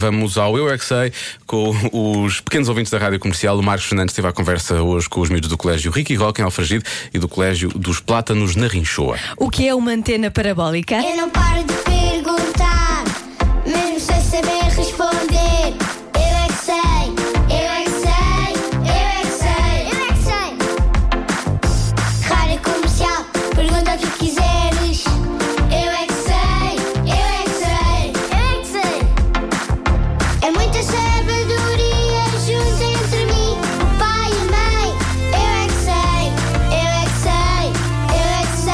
Vamos ao Eu é que Sei, com os pequenos ouvintes da rádio comercial. O Marcos Fernandes teve a conversa hoje com os miúdos do Colégio Ricky Rock em Alfragide e do Colégio dos Plátanos na Rinchoa. O que é uma antena parabólica? Eu não paro de perguntar, mesmo sem saber responder. Eu é que sei, eu é que sei, eu é que sei, eu é que sei. Rádio comercial, pergunta o que quiseres. Eu é que sei, eu é que sei, eu é que sei. É muita sabedoria junto entre mim, o pai e a mãe. Eu é que sei, eu é que sei,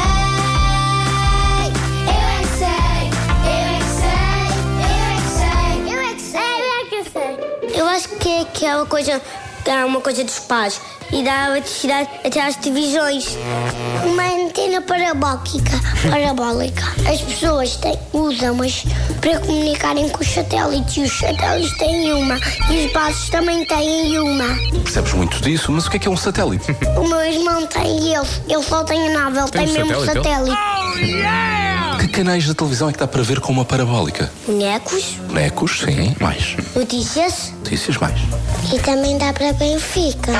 eu é que sei. Eu é que sei, eu é que sei, eu é que sei. Eu é que sei, eu é que sei. Eu acho que é aquela coisa, é uma coisa dos pais e dá eletricidade até às televisões. Uma antena parabólica. parabólica. As pessoas têm, usam mas para comunicarem com os satélites. E os satélites têm uma. E os bases também têm uma. Percebes muito disso, mas o que é que é um satélite? O meu irmão tem e ele, ele só tem a nave, ele Tem tem, um mesmo satélite, ele? satélite. que canais de televisão é que dá para ver com uma parabólica? Bonecos, Bonecos, sim, mais. notícias. Notícias, mais. E também dá para Benfica.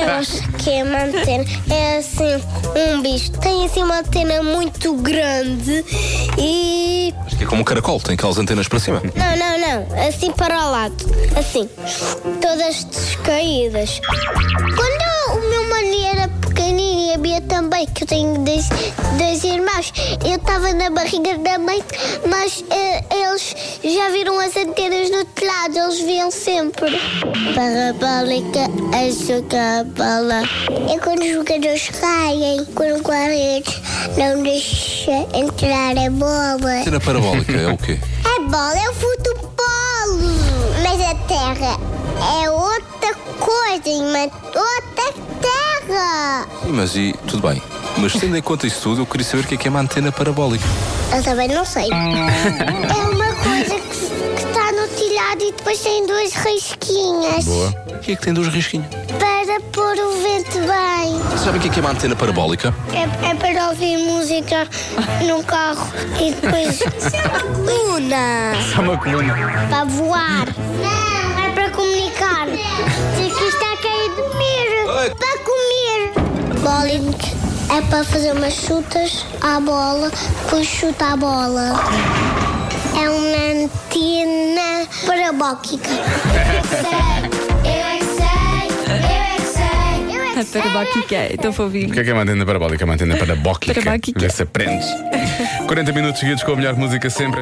Eu acho que é uma antena. É assim, um bicho. Tem assim uma antena muito grande e. Acho que é como um caracol, tem aquelas antenas para cima. Não, não, não. Assim para o lado. Assim. Todas descaídas. Quando o meu mano era pequenino e a Bia também, que eu tenho dois, dois irmãos, eu estava na barriga da mãe, mas eh, eles já viram as antenas no outro lado, eles viam sempre. Parabólica a jogar a bola. É quando os jogadores caem, quando o guarda não deixa entrar a bola. Antena parabólica é o quê? A bola é o futebol. Mas a terra é outra coisa, uma outra terra. Sim, Mas e tudo bem. Mas tendo em conta isso tudo, eu queria saber o que é que é uma antena parabólica. Eu também não sei. é uma coisa que, que está no telhado e depois tem duas risquinhas. Boa. O que é que tem dois risquinhos? Para pôr o vento bem. Sabem o que é que é uma antena parabólica? É, é para ouvir música no carro e depois. Luna! Está é uma coluna. Para voar. Não. É para comunicar. Diz que está a cair dormir. Para comer. Bowling é para fazer umas chutas à bola, depois chuta a bola. É uma antena parabólica. é Eu é que sei, eu é que sei, eu é A parabólica é tão O fofinho. que é que é uma antena parabólica? Uma antena parabólica. Parabólica. Vê se aprendes. 40 minutos seguidos com a melhor música sempre.